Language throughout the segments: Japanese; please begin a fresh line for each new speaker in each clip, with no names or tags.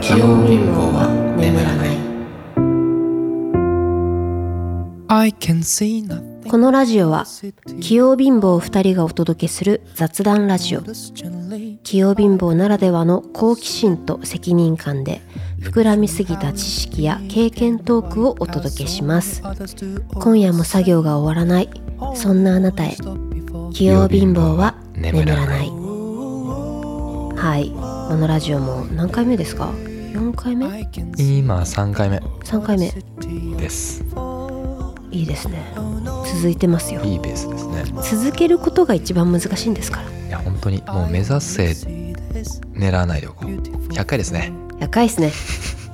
シオン連合は眠らない
I can see nothing
このラジオは
city
器用貧乏2人がお届けする雑談ラジオ
gently
器用貧乏ならではの好奇心と責任感で膨らみすぎた知識や経験トークをお届けします今夜も作業が終わらないそんなあなたへ器用貧乏は眠らないはいこのラジオも何回目ですか4回目
今3回目
3回目
です
いいですね続いてますよ
いいペースですね
続けることが一番難しいんですから
いや本当にもう目指せ狙わないでおこう100回ですね
100回ですね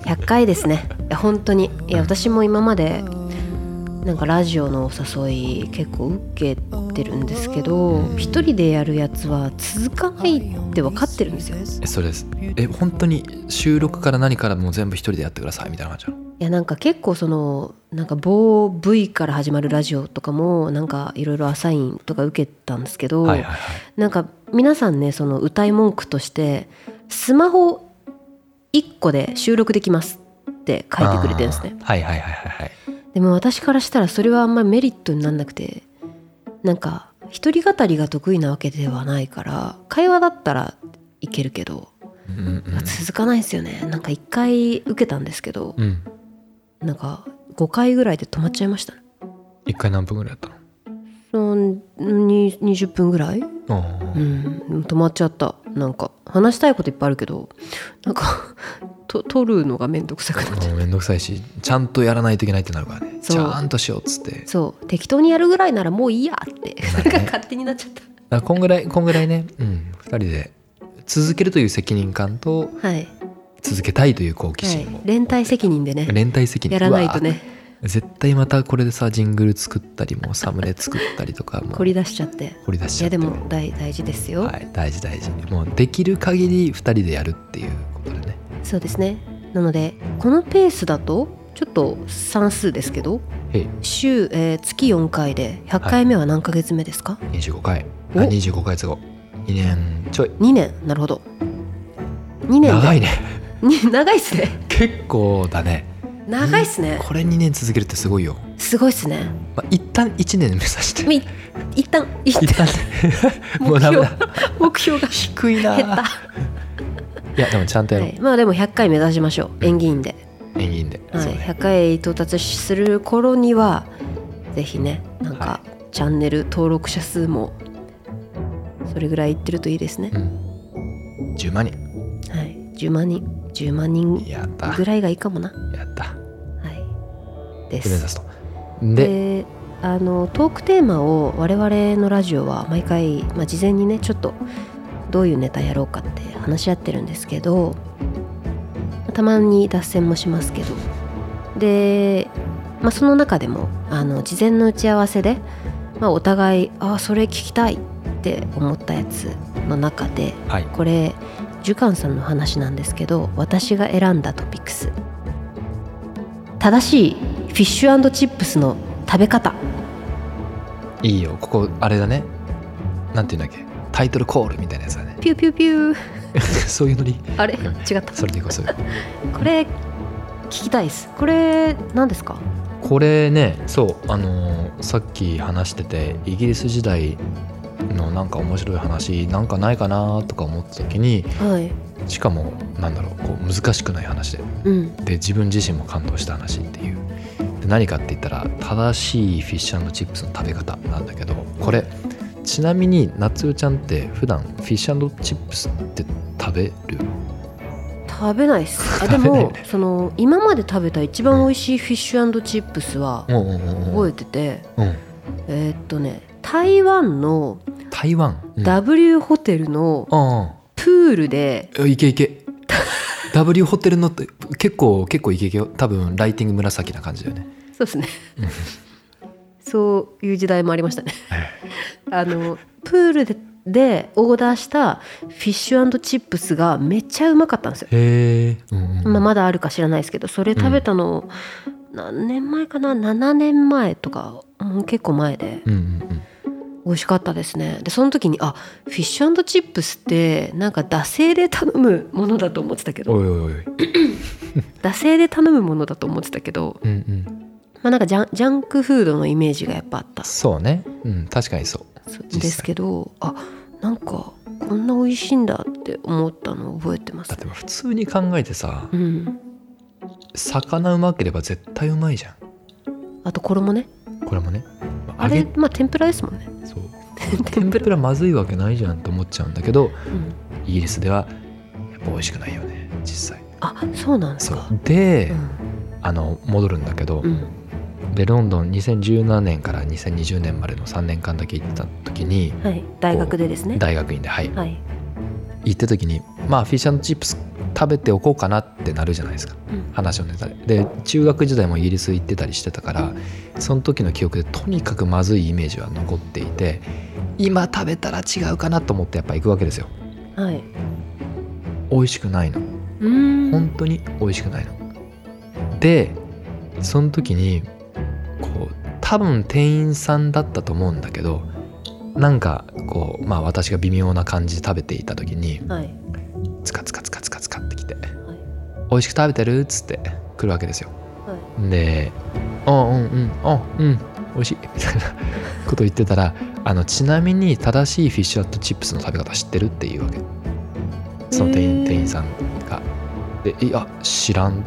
100回ですねいや本当にいや私も今までなんかラジオのお誘い結構受けてるんですけど一人でやるやつは続かないって分かってるんですよ
えそれですえ本当に収録から何からもう全部一人でやってくださいみたいな感じなの
いやなんか結構そのなんか某 V から始まるラジオとかもなんかいろいろアサインとか受けたんですけど、
はいはいはい
なんか皆さんねその歌い文句としてスマホ1個で収録できますって書いてくれてるんですね
あーはいはいはいはいはい
でも私からしたらそれはあんまりメリットになんなくてなんか一人語りが得意なわけではないから会話だったらいけるけど
うんうん
続かないですよねなんか一回受けたんですけど
うん
なんか5回ぐらいで止まっちゃいましたね
1回何分ぐらいやったの
そんに20分ぐらい
あ
う
ー
ん止まっちゃったなんか話したいこといっぱいあるけどなんか と撮るのがめんどくさくなっちゃう
もうめんどくさいしちゃんとやらないといけないってなるからね
そう
ちゃんとしようっつって
そう適当にやるぐらいならもういいやってなんか勝手になっちゃっ
だからこんぐらいこんぐらいね、うん、2人で続けるという責任感と
たはい、
続けたいという好奇
は
心を、
い、連帯責任でね
連帯責任
やらないと
うわ
ね
ー絶対またこれでさジングル作ったりもうサムネ作ったりとかもう
凝り出しちゃって
凝り出し
い
ちゃ
や
って
でも大大事ですよ、
はい、大事大事もうできる限り2人でやるっていうことでね
そうですねなのでこのペースだとちょっと算数ですけど
へい
週、えー月4回で100回目は何ヶ月目ですか、
25回
お
あ25回都合2年ちょい
2年なるほど2年で
長いね
に 長いっすね
結構だね
長いっすね
これ2年続けるってすごいよ、
すごいっすね
まあ、一旦1年目指して
み一旦一
一
旦
旦もうダメだ
目標が
低いな
減った、
いやでもちゃんとや
は
ろ
い、まあでも100回目指しましょう演技員で、
う、演技で、
はい
そうね
100回到達する頃にはぜひねなんか、
は
チャンネル登録者数もそれぐらいいってるといいですね
う、ん10万人
はい、10万人10万人
やった
ぐらいがいいかもな、は
やった
い、で
目指
す
すとで、
であのトークテーマを我々のラジオは毎回、まあ、事前にねちょっとどういうネタやろうかって話し合ってるんですけどたまに脱線もしますけどで、まあ、その中でもあの事前の打ち合わせで、まあ、お互いああそれ聞きたいって思ったやつの中で
はい
これジュカンさんの話なんですけど私が選んだトピックス正しいフィッシュチップスの食べ方
いいよここあれだねなんていうんだっけタイトルコールみたいなやつだね
ピューピューピュー
そういうのに
あれ違った
それでいこうそれでいこ
これ聞きたいですこれ何ですか
うこれねそうあのーさっき話しててイギリス時代のなんか面白い話なんかないかなとか思った時に
はい
しかもなんだろうこう難しくない話で
うん
で自分自身も感動した話っていうで何かって言ったら正しいフィッシュチップスの食べ方なんだけどこれちなみに夏代ちゃんって普段フィッシュチップスって食べる
食べないっ すあで
食べない
も
ね
その今まで食べた一番美味しいフィッシュチップスは
うんうんうんうん
覚えてて
うん
えーっとね台湾の
台湾、うん、
W ホテルの
あ
プールで
あいけい け W ホテルのって結構結構いけいけよ多分ライティング紫な感じだよね
そうですね。そういう時代もありましたね。あのプールででオーダーしたフィッシュチップスがめっちゃうまかったんですよ。
へえ、うんうん
まあ、まだあるか知らないですけどそれ食べたの、何年前かな7年前とかもう結構前で
うんうんうん
美味しかったですねでその時にあフィッシュチップスってなんか惰性で頼むものだと思ってたけど
おいおいおい
惰性で頼むものだと思ってたけど
うんうん
まあなんかジャンジャンクフードのイメージがやっぱあった
そうねうん確かにそう
そう
実際
ですけどあなんかこんな美味しいんだって思ったのを覚えてます
だって普通に考えてさ
うん
魚うまければ絶対うまいじゃん
あと衣ね
これもねま
あれまあ天ぷらですもんね
そう
天ぷ
天ぷらまずいわけないじゃんと思っちゃうんだけど
うん
イギリスではやっぱ美味しくないよね実際
あそうなんです
そう
か
で、
うん
あの戻るんだけど、
うん
でロンドン2017年から2020年までの3年間だけ行った時に
はい大学でですね
大学院ではい
はい
行った時にまあフィッシュチップス食べておこうかなってなるじゃないですか
うん
話のネタでで中学時代もイギリス行ってたりしてたからその時の記憶でとにかくまずいイメージは残っていて今食べたら違うかなと思ってやっぱ行くわけですよ
はい
美味しくないの
うーん
本当に美味しくないの。でその時にこう多分店員さんだったと思うんだけどなんかこうまあ私が微妙な感じで食べていた時に
はい
つかつかつかつかつかってきて「美味しく食べてる?」っつって来るわけですよ。
は
で「あうんうんあうん美味しい」みたいなこと言ってたらあのちなみに正しいフィッシュアットチップスの食べ方知ってるっていうわけその店
へ
員
ー
店員さんがで「いや知らん」っ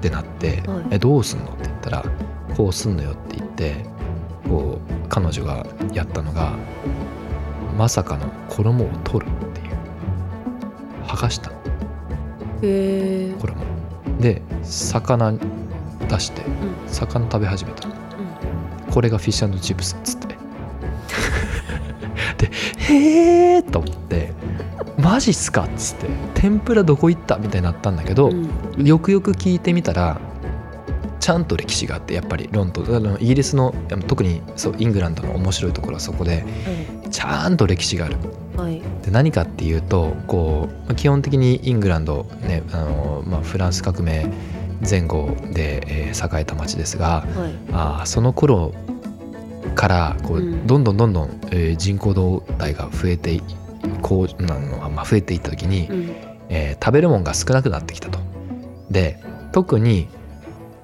てなって「
はい
えどうすんの?」って言ったら「こうすんのよ」って言ってこう彼女がやったのがまさかの衣を取るっていう剥がしたの
へえ
衣で魚出して
ん
魚食べ始めたの、これがフィッシュチップスっつってで「へえ!」と思って「マジっすか?」っつって「天ぷらどこ行った?」みたいになったんだけど、よくよく聞いてみたらちゃんと歴史があってやっぱりロンドンあのイギリスのあの特にそうイングランドの面白いところはそこでちゃんと歴史がある
はい
で何かっていうとこうまあ基本的にイングランド、ねあのまあ、フランス革命前後で、えー栄えた町ですが
はい
あーその頃からこう、
うん
どんどんどんどん、えー人口動態が増えていこうなの、まあ、増えていった時に、
うん
えー食べるもんが少なくなってきたと。で特に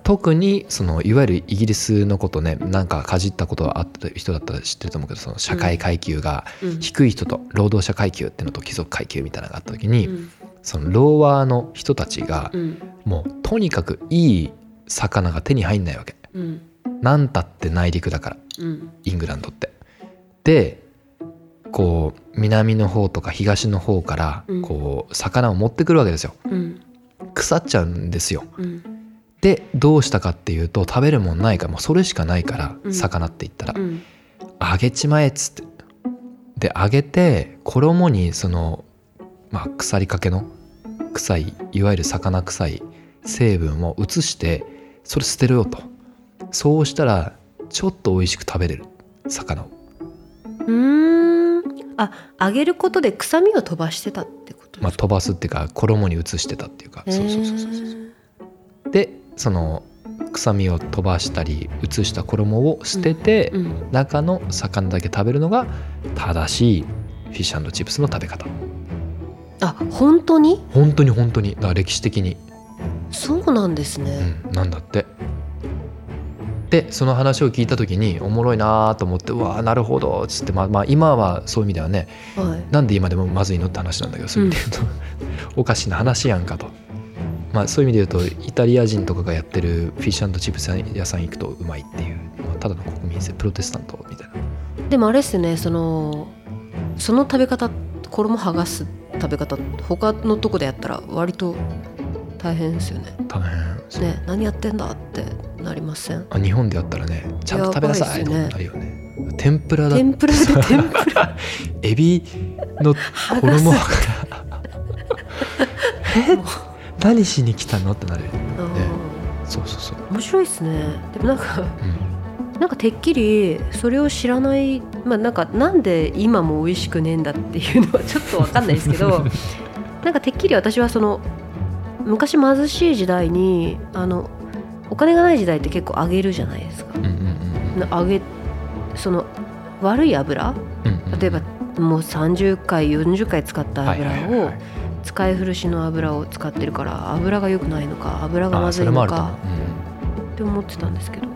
特にそのいわゆるイギリスのことねなんかかじったことがあった人だったら知ってると思うけどその社会階級が
うん
低い人と労働者階級っていうのと貴族階級みたいなのがあった時に、
うん
そのローワーの人たちが
うん
もうとにかくいい魚が手に入んないわけ
うん
なんたって内陸だから
うん
イングランドって。でこう南の方とか東の方から
うん
こう魚を持ってくるわけですよ
うん
腐っちゃうんですよ
うん
でどうしたかっていうと食べるもんないからもうそれしかないか
う
ら
ん
魚って言ったら
うん
揚げちまえっつってで揚げて衣にその、まあ、腐りかけの臭いいわゆる魚臭い成分を移してそれ捨てろよとそうしたらちょっと美味しく食べれる魚を
うーんあ揚げることで臭みを飛ばしてたってことで
まあ、
すか、
飛ばすっていうか衣に移してたっていうか、そうそうそうそうそう
へー
でその臭みを飛ばしたり移した衣を捨てて、
うん
中の魚だけ食べるのが正しいフィッシュチップスの食べ方
あ本当に
本当に本当にだから歴史的に
そうなんですね、
うん、なんだってでその話を聞いた時におもろいなーと思ってうわーなるほどっつって、まあ、まあ今はそういう意味ではね
はい
なんで今でもまずいのって話なんだけどそういう意味で言うと、おかしな話やんかと、まあ、そういう意味で言うとイタリア人とかがやってるフィッシュチップス屋さん行くとうまいっていう、まあただの国民性プロテスタントみたいな
でもあれですねそのその食べ方衣剥がす食べ方他のとこでやったら割と大変ですよね
大変そう
ね何やってんだってなりません
あ日本でやったらねちゃんと食べなさい
や
と
ばいっすよね
なるよね天ぷらだ
天ぷらで天ぷ ら
エビの
剥がす
衣から え何しに来たのってなるよね
あー
そうそうそう、
面白いですねでもなんか
うん、
なんかてっきりそれを知らないまあなんかなんで今も美味しくねえんだっていうのはちょっとわかんないですけ どなんかてっきり私はその昔貧しい時代にあのお金がない時代って結構あげるじゃないですか
うんうんうん
あげその悪い油
うんうん
例えばもう30回40回使った
はいはいはい
油
は
を
い
使い古しの油を使ってるから油が良くないのか油が
あ
ま
ー
ず
そ
い
れも
の
あると
か
思ううん
って思ってたんですけど、
ま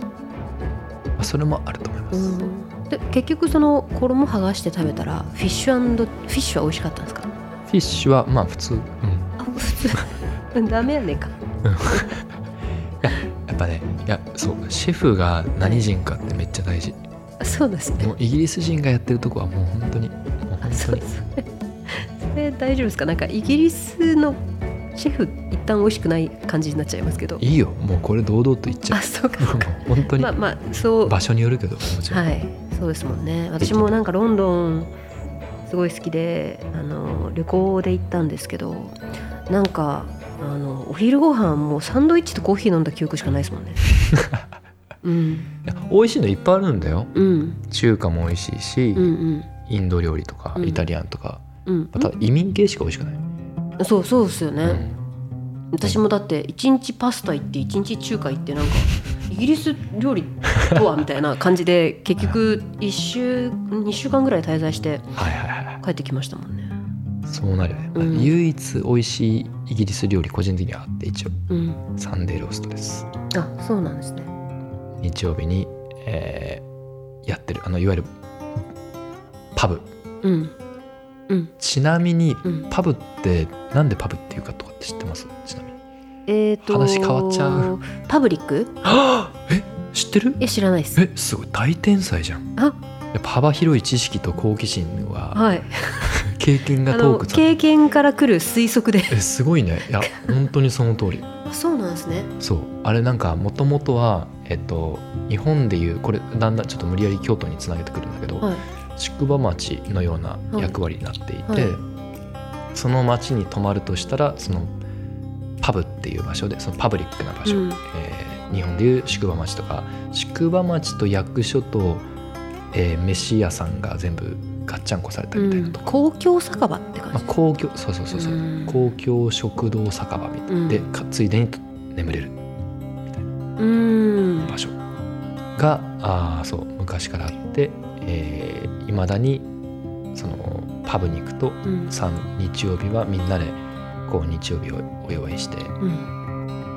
あそれもあると思いま
う
す、
ん、で結局その衣剥がして食べたらフィッシュフィッシュは美味しかったんですか
フィッシュはまあ普通、うん、
あ普通 ダメやねんか
やっぱねいやそうシェフが何人かってめっちゃ大事、
そうですね
もうイギリス人がやってるとこはもう本当にもう本当
あ
に
そうそれそれ大丈夫ですかなんかイギリスのシェフ一旦美味しくない感じになっちゃいますけど
いいよもうこれ堂々と言っちゃう
あそうか
も
そうか
う本当に
まあまあそう
場所によるけどもちろん、
はいそうですもんね私もなんかロンドンすごい好きであの旅行で行ったんですけどなんかあのお昼ご飯もうサンドイッチとコーヒー飲んだ記憶しかないですもん ねうん
いや美味しいのいっぱいあるんだよ
うん
中華も美味しいし、
うんうん
インド料理とか
うん
イタリアンとか、
うん、
また移民系しか美味しくない、
そうそうですよ
う
ね、
ん
私もだって一日パスタ行って一日中華行ってなんかイギリス料理とはみたいな感じ で結局1週2週間ぐらい滞在して
はいはいはい
帰ってきましたもんね
そうなるよね、
うん
唯一美味しいイギリス料理個人的にはあって一応
うん
サンデーローストです
あそうなんですね
日曜日に、えーやってるあのいわゆるパブ
うんうん
ちなみに
うん
パブってなんでパブっていうかとかって知ってますちなみに
えー、と
話変わっちゃう
パブリック
知ってる
いや知らないです
えすごい大天才じゃん
あ
やっぱ幅広い知識と好奇心は
はい
経験
あ
がトー
の
クさ
経験から来る推測で
えすごいねいや本当に その通り
あそうなんですね
そうあれなんかもともとはえっと日本でいうこれだんだんちょっと無理やり京都につなげてくるんだけど、
はい
宿場町のような役割になっていて、
はい
その町に泊まるとしたらそのパブっていう場所でそのパブリックな場所、
うん
えー日本でいう宿場町とか宿場町と役所と、えー飯屋さんが全部ガッチャンコされたみたいなと
公
こ、
共酒場って感
まあ
じ、、
公共そうそうそうそう、
うん
公共食堂酒場みたいなで
うん
かついでに眠れる
うん
場所があーそう昔からあっていま、えー未だにそのパブに行くと
うん
3日曜日はみんなでこう日曜日をお祝いして、
うん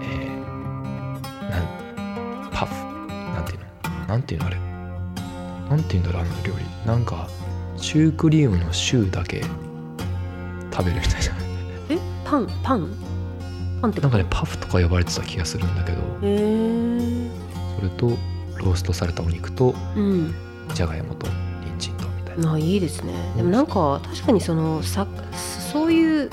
えー、なんパフなんていうのなんていうのあれなんていうんだろうあの料理なんかシュークリームのシューだけ食べるみたいな
えパンパンパンって
なん
か
かねパフとか呼ばれてた気がするんだけど
へえー、
それとローストされたお肉と
うん
じゃがいもと人参とみたいな
まあいいですねでもなんか確かにそのさそういう、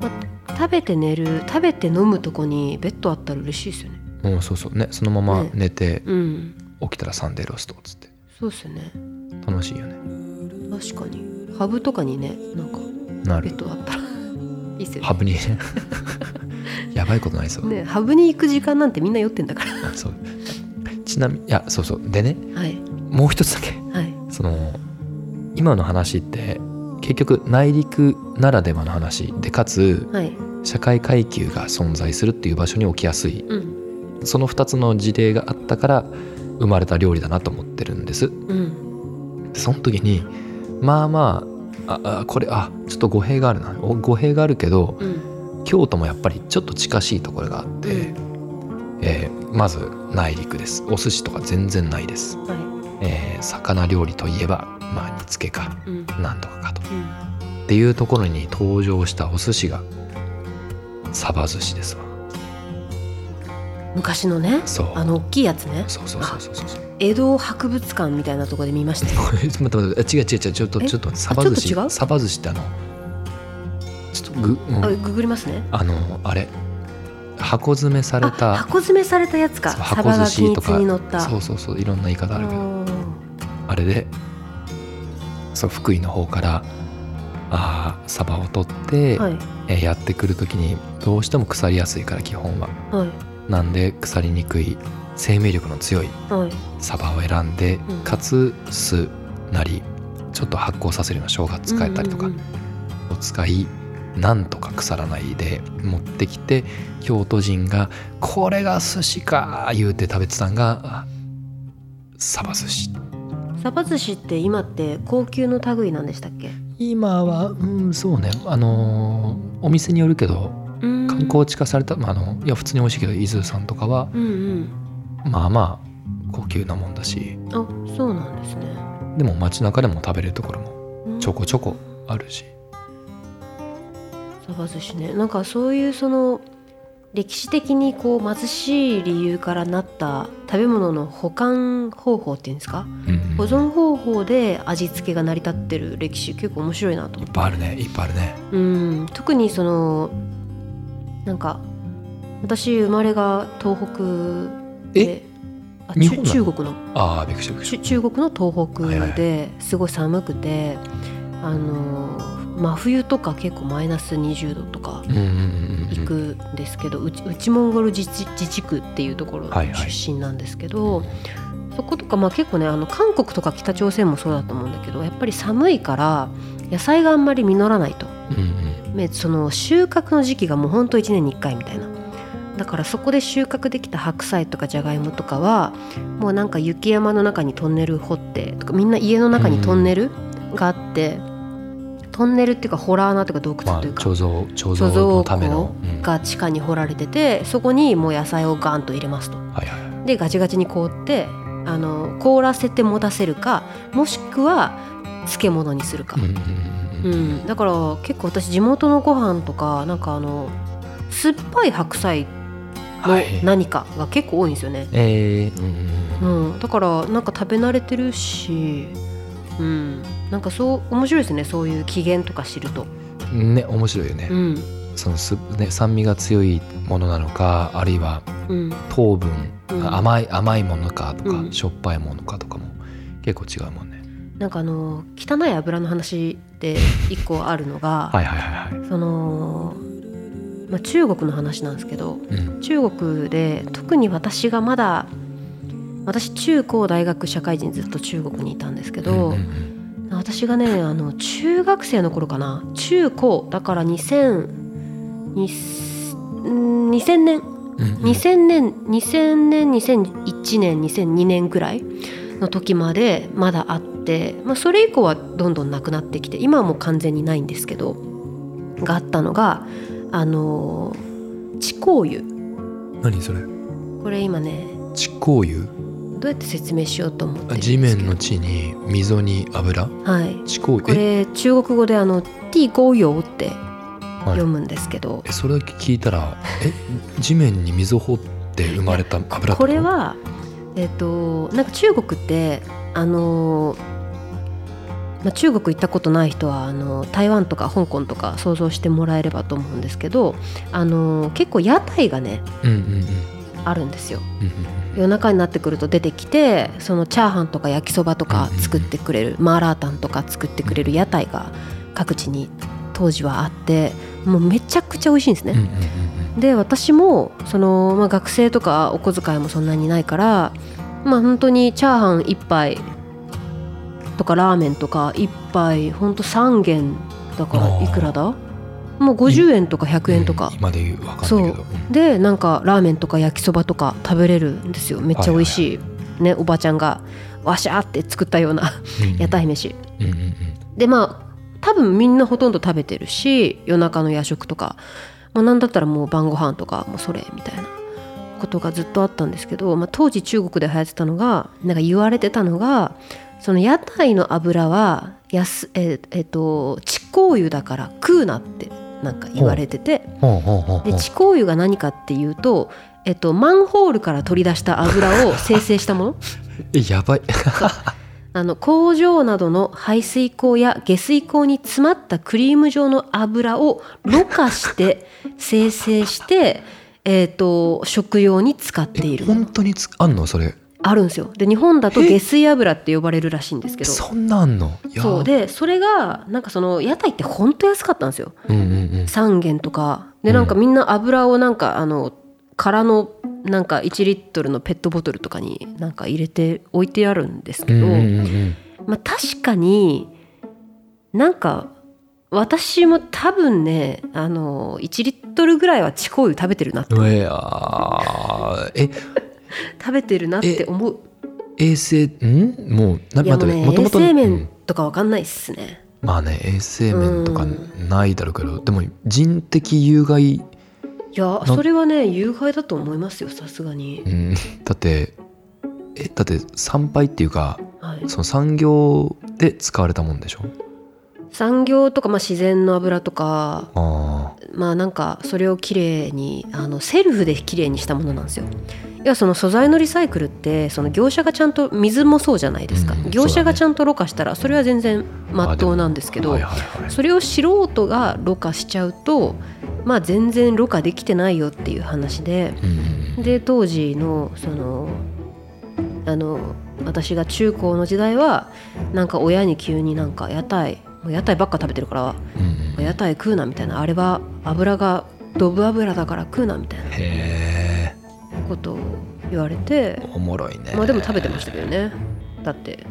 まあ、食べて寝る食べて飲むとこにベッドあったら嬉しいですよね
もうそうそうねそのまま
ね
寝て
うん
起きたらサンデーローストっつって
そうですよね
楽しいよね
確かにハブとかにねなんか
な
ベ
る
ッドあったら いいっすよ
ハブに やばいことないぞ、
ねねハブに行く時間なんてみんな酔ってんだから
あそうちなみにいやそうそうでね
はい
もう一つだけ
はい
その今の話って結局内陸ならではの話でかつ
はい
社会階級が存在するっていう場所に起きやすい
うん
その2つの事例があったから生まれた料理だなと思ってるんです
うん
その時にまあまあああこれあちょっと語弊があるなお語弊があるけど
うん
京都もやっぱりちょっと近しいところがあって、えーまず内陸ですお寿司とか全然ないです、
は
えー魚料理といえばまあ煮付けか
いうん
なんとかかと
うん
っていうところに登場したお寿司がサバ寿司ですわ
昔のね
そう
あの大きいやつね
そうそうそうそう そうそう
江戸博物館みたいなとこで見ましたよ
これちょっと待って待って違う違う違うちょっと
え
ちょっと待ってサバ
ちょ
寿
っと違
司
う
サバ寿司ってあのちょっとぐ、うん
あググりますね
あのあれ箱詰めされ
あ
た
箱詰めされたやつか
そう
サバが均一に乗った
そうそうそういろんな言い方あるけど
おー
あれでそう福井の方からあーサバを取って、
はい
えーやってくる時にどうしても腐りやすいから基本は
はい
なんで腐りにくい生命力の強い
はい
サバを選んで、
うん
かつ酢なりちょっと発酵させるような生姜使えたりとか
うんうん
を使い、なんとか腐らないで持ってきて京都人が「これが寿司か!」言うて食べてたんがあサバ寿司
うんサバ寿司って今って高級の類なんでしたっけ
今はうんそうねあのーお店によるけど
うん
観光地化された、まあ、あのいや普通に美味しいけど伊豆さんとかは
うん
まあまあ高級なもんだし
うんあそうなんですね
でも街中でも食べれるところも
うん
ちょこちょこあるし
サバ寿司ねなんかそういうその歴史的にこう貧しい理由からなった食べ物の保管方法っていうんですか
うん
保存方法で味付けが成り立ってる歴史結構面白いなと
い
思
っぱいあるねいっぱいあるね
ううん特にそのなんか私生まれが東北であ
日本なの
ちゅ中国の
ああびっくりしたびっくりし
ちゅ中国の東北ですごい寒くて、あの真冬とか結構マイナス20度とか
たうんうんうんうん
行くんですけど、うち内モンゴル自治自治区っていうところ
はいはい
出身なんですけど、そことか、まあ、結構ねあの韓国とか北朝鮮もそうだと思うんだけどやっぱり寒いから野菜があんまり実らないと
うんうん
ねその収穫の時期がもうほんと1年に1回みたいなだからそこで収穫できた白菜とかじゃがいもとかはもうなんか雪山の中にトンネル掘ってとかみんな家の中にトンネルがあって、トンネルっていうかホラー穴とか洞窟
まあ
というか、
貯蔵貯蔵のための、
貯
うん、は
が地下に掘られててそこにもう野菜をガンと入れますと
いは
でガチガチに凍ってあの凍らせて持たせるかもしくは漬物にするか
い、うん、う
うん
うんうん
ん、だから結構私地元のご飯とかなんかあの酸っぱい白菜
は
の
い
何かが結構多いんですよね、
えーうんうんうん
うん、だからなんか食べ慣れてるし、うん、なんかそう面白いですねそういう起源とか知ると、
ね面白いよね、
うん
そのす、ね、酸味が強いものなのかあるいは
うん、
糖分、
うん
甘い甘いものかとか、
うん
しょっぱいものかとかも結構違うもんね
なんかあの汚い油の話で一個あるのが、
はいはいはいは
その、まあ、中国の話なんですけど
い、うん、
中国で特に私がまだ私中高大学社会人ずっと中国にいたんですけど、
うんうん
私がねあの中学生の頃かな中高だから2000 2000 2000年
うんうんうん
2000年2000年2001年2002年ぐらいの時までまだあって、まあ、それ以降はどんどんなくなってきて今はもう完全にないんですけどがあったのがあの地香油
何それ
これ今ね
地香油
どうやって説明しようと思ってるん
あ
ですけ
地
ど
面の地に溝に油
はい
地香
こ
油え
れ中国語であの「ティーゴーヨー」って
はい
読むんですけど、
えそれだけ聞いたらえ地面に溝掘って生まれた油ってと
これはえっ、となんか中国ってあのーまあ、中国行ったことない人はあの台湾とか香港とか想像してもらえればと思うんですけどあのー結構屋台がね
うんうんうんうん
あるんですよ
うん
夜中になってくると出てきてそのチャーハンとか焼きそばとか作ってくれるマーラータンとか作ってくれる屋台が各地に当時はあってもうめちゃくちゃ美味しいんですね、
うんうんうん
で私もその、まあ、学生とかお小遣いもそんなにないからまあ本当にチャーハン1杯とかラーメンとか1杯ほんと3元だか
あ
ら
ー
いくらだもう50円とか100円とか
うん、今で言うわかんないけ
そ
ど
でなんかラーメンとか焼きそばとか食べれるんですよめっちゃ美味しい、ねおばちゃんがわしゃーって作ったような
うんうん
屋台飯
うんうん
でまあ多分みんなほとんど食べてるし夜中の夜食とか、まあ、なんだったらもう晩ご飯とかもうそれみたいなことがずっとあったんですけど、まあ、当時中国で流行ってたのがなんか言われてたのがその屋台の油は安えっ、えっと地香油だから食うなってなんか言われてて
うんほうほうほうほう
で地香油が何かっていうと、えっと、マンホールから取り出した油を生成したもの
えやばい
あの工場などの排水口や下水口に詰まったクリーム状の油をろ過して生成して、 えー、と食用に使ってい
え
る
本当につあんのそれ
あるんですよで日本だと下水油って呼ばれるらしいんですけど
そんなんあんのいやー
そうでそれがなんかその屋台ってほんと安かったんですよ
うんうんうん
3元とかでなんかみんな油をなんかあの空のなんか1リットルのペットボトルとかになんか入れて置いてあるんですけ
う
ど、
んうんうんうん
まあ、確かになんか私も多分ねあの1リットルぐらいは地香油食べてるなって
うえあーえ
食べてるなって思う
衛生んもうない
やもうね衛
う
生面
ん
とかわかんないっすね、
まあね衛生面とか
うん
ないだろうけど、でも人的有害、
いやそれはね有害だと思いますよさすがに
う、ん、だってえだって参拝っていうか
はい、
その産業で使われたもんでしょ
産業とか、まあ、自然の油とか
ああ
まあなんかそれをきれいにあのセルフできれいにしたものなんですよ。いやその素材のリサイクルってその業者がちゃんと水もそうじゃないですか、
うん
業者が
そうだね
ちゃんとろ過したらそれは全然まっとうなんですけど、
はいはいはい
それを素人がろ過しちゃうとまあ全然ろ過できてないよっていう話で
うんうんうん
で当時のそのあの私が中高の時代はなんか親に急になんか屋台もう屋台ばっか食べてるから
うんうん
屋台食うなみたいなあれは油がドブ油だから食うなみたい
へえ
なことを言われて
おもろいね
まあでも食べてましたけどねだって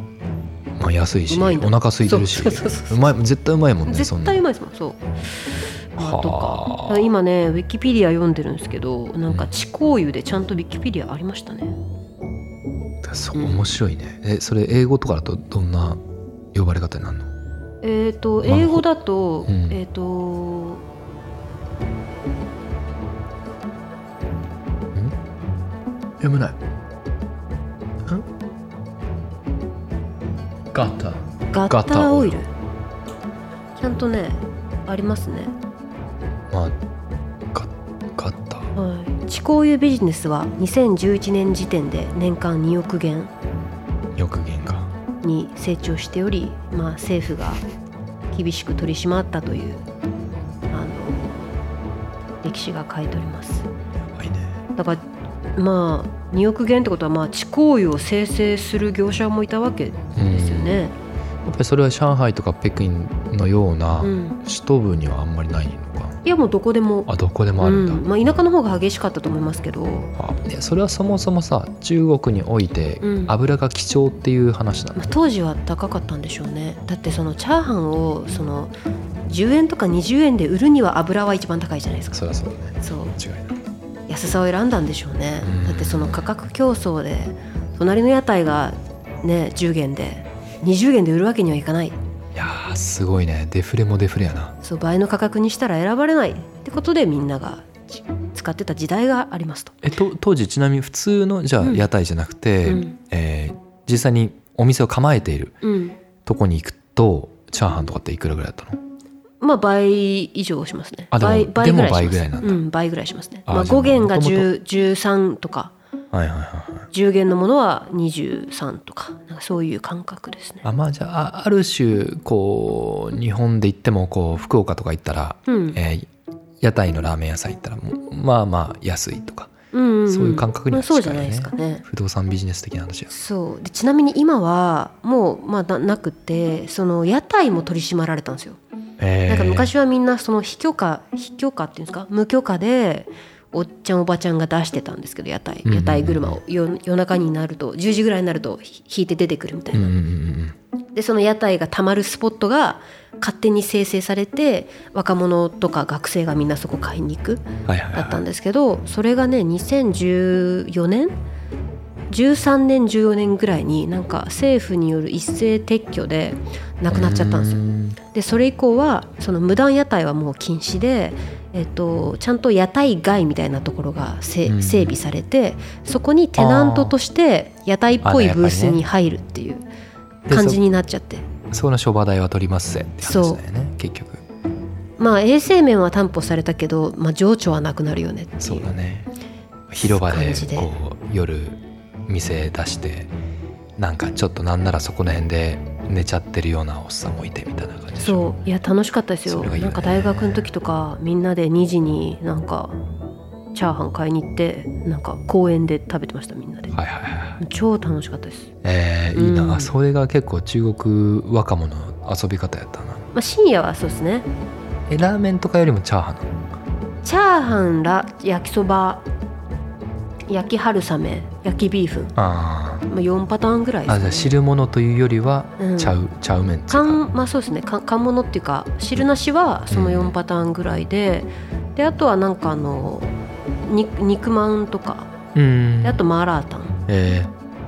まあ安いし
うまいんだ
お腹空いてるし
そうそうそうそう
うまい絶対うまいもんねそ
絶
んな
対うまいですもんそう、まあ、と
は
か
あ
今ねウィキペディア読んでるんですけどなんか地香油でちゃんとウィキペディアありましたね
そう面白いねえそれ英語とかだとどんな呼ばれ方になるの
えっ、と
まあ
英語だと、
うん
えっ、と
読めないガタ
ガッタ
ガタ
ー
オ
オ
イ
イ
ル
ルちゃんとねありますね
まあガガタ
はい地香油ビジネスは2011年時点で年間2億元
欲言か
に成長しており、まあ、政府が厳しく取り締まったというあの歴史が書いております
はいいね
だからまあ2億元ってことはまあ地香油を生成する業者もいたわけですよね。
やっぱりそれは上海とか北京のような
うん、
首都部にはあんまりないのかない
やもうどこでも
あどこでもあるんだ、
うんまあ、田舎の方が激しかったと思いますけど
あねそれはそもそもさ中国において
うん
油が貴重っていう話なの、
まあ、当時は高かったんでしょうねだってそのチャーハンをその10円とか20円で売るには油は一番高いじゃないですか
そりゃそうだね
そう
間違いない
安さを選んだんでしょうね
うん
だってその価格競争で隣の屋台がね10元で20元で売るわけにはいかない
いやーすごいねデフレもデフレやな
そう倍の価格にしたら選ばれないってことでみんながじ使ってた時代がありますと
えと当時ちなみに普通のじゃあ
うん
屋台じゃなくて、
うん
えー実際にお店を構えている
うん
とこに行くとチャーハンとかっていくらぐらいだったの
まあ倍以上しますね
あでも
倍倍ぐらいします
でも倍ぐらいなんだ
うん、倍ぐらいしますね
あ
まあ、
じゃあ
5元が
元々
10 13とか
はいはいはいはい
10元のものは23とかなんかそういう感覚ですね
あまあじゃああある種こう日本で行ってもこう福岡とか行ったら、
うん
えー屋台のラーメン屋さん行ったらもうまあまあ安いとか
うんうんん
そういう感覚に
ま
は
あ、そ
近
う
い
じゃ
よ
ない
ね
ですかね
不動産ビジネス的な話です
そうでちなみに今はもうまあななくてその屋台も取り締まられたんですよ、
えー
なんか昔はみんなその非許可非許可っていうんですか無許可でおっちゃんおばちゃんが出してたんですけど屋台
うんうんうん
屋台車を夜夜中になると10時ぐらいになるとひ引いて出てくるみた
う
い
んう
な、
んうん
でその屋台がたまるスポットが勝手に生成されて若者とか学生がみんなそこ買いに行く
うんはいはい
だ
はい
ったんですけどそれがね2014年13年14年ぐらいになんか政府による一斉撤去でなくなっちゃったんですよ。
よ
でそれ以降はその無断屋台はもう禁止で、えっと、ちゃんと屋台街みたいなところがせ
うん
整備されてそこにテナントとして屋台っぽいブースに入るっていう感じになっちゃって。
そこの商売代は取りますぜって話だよね結局
まあ衛生面は担保されたけど、まあ、情緒はなくなるよねっていう
そうだね広場で
感じで
こう夜店出してなんかちょっとなんならそこの辺で寝ちゃってるようなおっさんもいてみたいな感じでし
そ
ょ
ういや楽しかったですよ
それがいいよ
な
ね
んか大学の時とかみんなで2時になんかチャーハン買いに行ってなんか公園で食べてましたみんなで、
はいはいはい
超楽しかったです、
えーいいな、
うん
あそれが結構中国若者の遊び方やったな
まあ、深夜はそうですね
えラーメンとかよりもチャーハンなの
チャーハンら焼きそば焼き春雨焼きビーフン、
あ
まあ、4パターンぐらい
ーあじゃあ
ですかね
汁物というよりは
うん
ちゃう、ちゃう麺っていうか
缶まあそうですね缶缶物っていうか汁なしはその4パターンぐらいで、であとはなんかあの肉肉まんとか
うん
であとマーラータン
え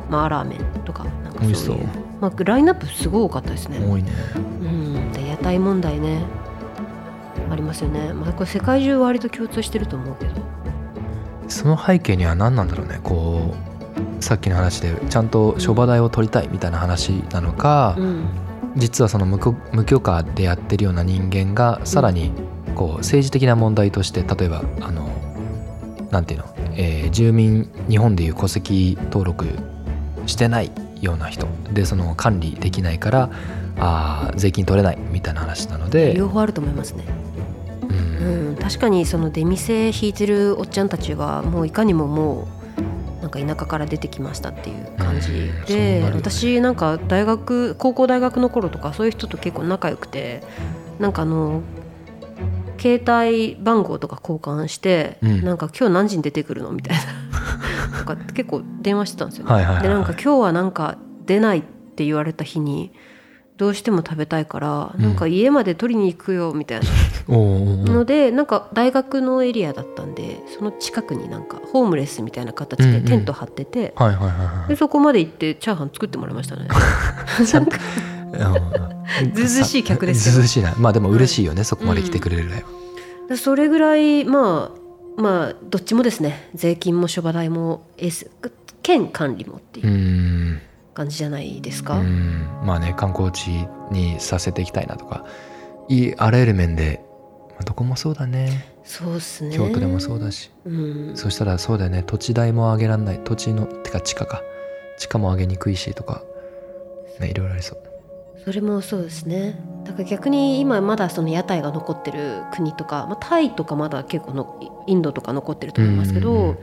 まあ、ラーメンとかなんかそう
美
いう
味しそう
まあ、ラインナップすごい多かったですね、
多いね
うん、で屋台問題ねありますよね、まあ、これ世界中割と共通してると思うけど
その背景には何なんだろうねこうさっきの話でちゃんと諸話題を取りたいみたいな話なのか、
うん
実はその無許無許可でやってるような人間がさらにこう政治的な問題として例えばあのなんていうの、えー住民日本でいう戸籍登録してないような人でその管理できないからあー税金取れないみたいな話なので、
両方あると思いますね、う
う
んん、確かにその出店引いてるおっちゃんたちはもういかにももうなんか田舎から出てきましたっていう感じ
うんそうなる
で、
よね
私なんか大学高校大学の頃とかそういう人と結構仲良くてなんかあの携帯番号とか交換して、
うん
なんか今日何時に出てくるのみたいな とか結構電話してたんですよね。
はいはいはい
でなんか今日はなんか出ないって言われた日にどうしても食べたいから、なんか家まで取りに行くよみたいな
おーおーお
の
ー
でなんか大学のエリアだったんでその近くになんかホームレスみたいな形
うんう
で
ん
テント張ってて、
はいはいは
でそこまで行ってチャーハン作ってもらいました ねなんか
いはいうん。
ずうずうしい客ですよ
ずうずうしいな。まあでも嬉しいよね、そこまで来てくれるぐらいは。
でそれぐらいまあまあどっちもですね税金も諸払代もエース県管理もっていうう
ーん
感じじゃないです
う
か、
んまあね観光地にさせていきたいなとかいいあらゆる面で、まあどこもそうだね
そうっすね
京都でもそうだし、
うん
そしたらそうだよね土地代も上げらんない土地のてか地価か地価も上げにくいしとかねいろいろありそう
それもそうですねだから逆に今まだその屋台が残ってる国とか、まあ、タイとかまだ結構のインドとか残ってると思いますけど、
うんうんうん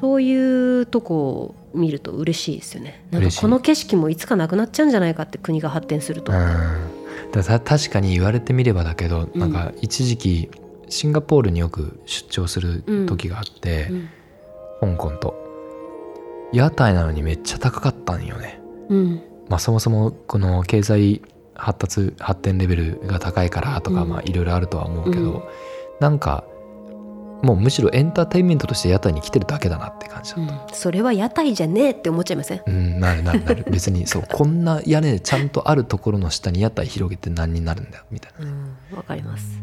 そういうとこを見ると嬉しいですよねなんか
嬉しい
この景色もいつかなくなっちゃうんじゃないかって国が発展する
う
と、
んだからた確かに言われてみればだけど、
うん
なんか一時期シンガポールによく出張する時があって
う、ん
香港と屋台なのにめっちゃ高かったんよね
うん
まあ、そもそもこの経済発達発展レベルが高いからとか、
うん
まあいろいろあるとは思うけど、
うん
なんかもうむしろエンターテインメントとして屋台に来てるだけだなって感じだった、
それは屋台じゃねえって思っちゃいません
うんなるなるな る別にそうこんな屋根ちゃんとあるところの下に屋台広げて何になるんだよみたいな
わかります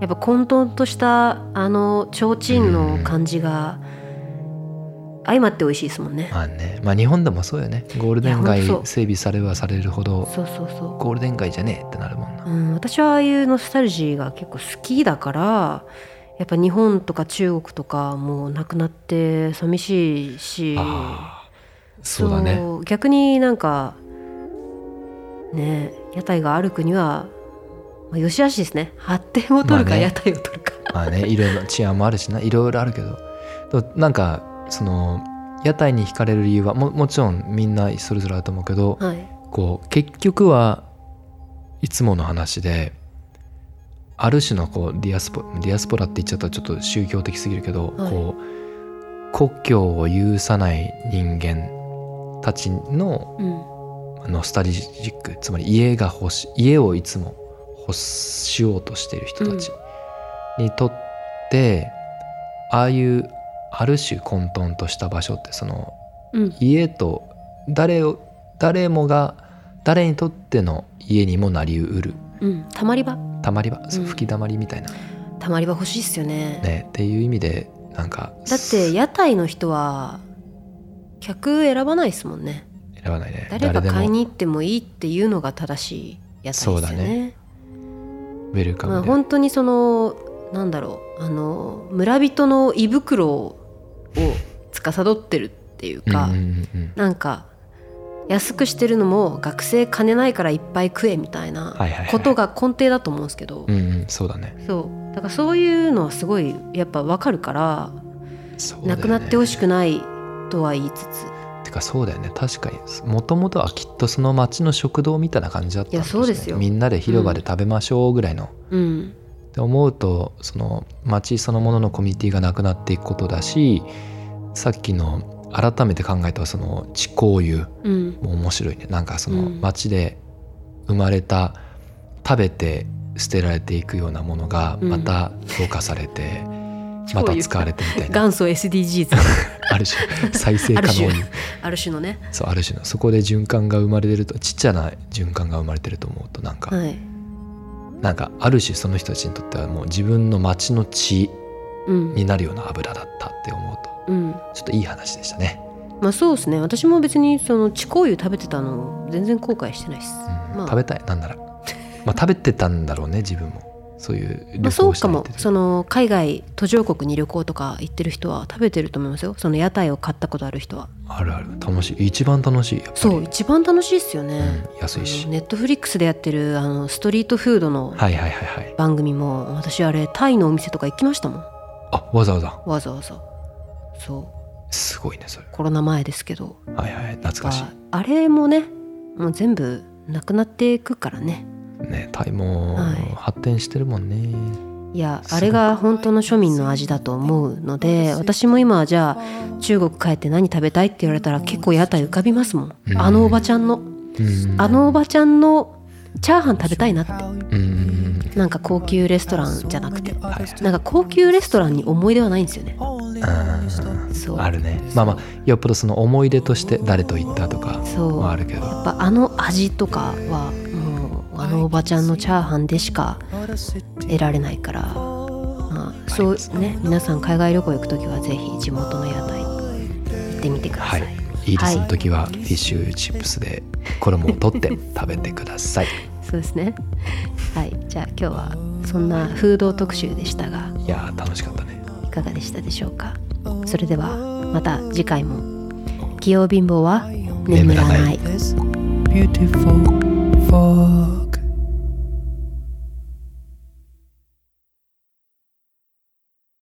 やっぱ混沌としたあの提灯の感じが相まって美味しいですもんね、
まあねまあ日本でもそうよねゴールデン街
いやほんとそう
整備されはされるほど
そうそうそう
ゴールデン街じゃねえってなるもんな、
うん、私はああいうノスタルジーが結構好きだからやっぱ日本とか中国とかもうなくなって寂しいし
ああそうだね
そう逆になんかね屋台がある国は、まあ、よしあしですね発展を取る
ま
か
あね
屋台を取るか、
まあねいろいろ治安もあるしないろいろあるけどでもなんかその屋台に惹かれる理由はももちろんみんなそれぞれあると思うけど
はい
こう結局はいつもの話である種のこうディアスポディアスポラって言っちゃったらちょっと宗教的すぎるけど、
はい
こう故郷を許さない人間たちの
うん
ノスタルジックつまり家が欲し家をいつも欲しようとしている人たちにとって、ああいうある種混沌とした場所ってその
うん
家と誰を誰もが誰にとっての家にもなりうる
うんたまり場
たまり場、そう
うん
吹きだまりみたいな、
たまり場欲しいっすよね
ねっていう意味でなんか
だって
選
屋台の人は客選ばないですもんね
ばないね
誰が
で
買い
も
に行ってもいいっていうのが正しいやつですよ
そうだ
ね
ね。ウェルカ
まあ
ムで
本当にそのなんだろうあの村人の胃袋を司ってるっていうか、
うんうんうんうん
なんか安くしてるのも学生金ないからいっぱい食えみたい
はい
な
はいはい
ことが根底だと思うんですけど、
うんうんそうだね
そうだからそういうのはすごいやっぱ分かるから、
そうだ
な
よね
くなってほしくないとは言いつつ
てかそうだよね確かにもともとはきっとその町の食堂みたいな感じだったん
いやそうですよ
みんなで広場で食べましょうぐらいの、
うん
って思うとその町そのもののコミュニティがなくなっていくことだしさっきの改めて考えたその地交友
うん
も面白いねなんかその
うん
町で生まれた食べて捨てられていくようなものが
うん
また投下されて、また使われてみたいな
元祖 SDGs
あある種再生可能に
ある種のね
そうある種のそこで循環が生まれてるとちっちゃな循環が生まれてると思うとなんか、
はい
なんかある種その人たちにとってはもう自分の町の血
うん
になるような油だったって思うと
うん
ちょっといい話でしたね。
まあそうですね私も別にその地香油食べてたの全然後悔してないです、
うん
まあ
食べたいなんなら、まあ、食べてたんだろうね自分もそういう旅
まあ、
行
そう
をし
か
たり
も
っていう
その海外途上国に旅行とか行ってる人は食べてると思いますよその屋台を買ったことある人は
あるある楽しい一番楽しいやっぱり
そう一番楽しいっすよ
う
ね、
ん、安いし、
ネットフリックスでやってるあのストリートフードの
はいはいはいはい
番組も私あれタイのお店とか行きましたもん
あわざわざ
わざわざそう
すごいねそれ
コロナ前ですけど
はいはい懐かし
ああれもねもう全部なくなっていくからね
いねタイも
はい
発展してるもんね、
いや
すごい
あれが本当の庶民の味だと思うので私も今はじゃあ中国帰って何食べたいって言われたら結構屋台浮かびますもん、
うん
あのおばちゃんの
うん
あのおばちゃんのチャーハン食べたいなって
うん
なんか高級レストランじゃなくて
はい
なんか高級レストランに思い出はないんですよね
うん
そう
あるねまあまあよっぽどその思い出として誰と行ったとか
そう
もあるけど
やっぱあの味とかはもうあのおばちゃんのチャーハンでしか得られないから、まあ、そうね皆さん海外旅行行く時はぜひ地元の屋台行ってみてくださ
は
い、
いイギリス
は
の
い
時はフィッシュチップスで衣を取って食べてください
そうですねはいじゃあ今日はそんなフード特集でしたが
いやー楽しかったね
いかがでしたでしょうかそれではまた次回も器用貧乏は眠らない
This beautiful fog.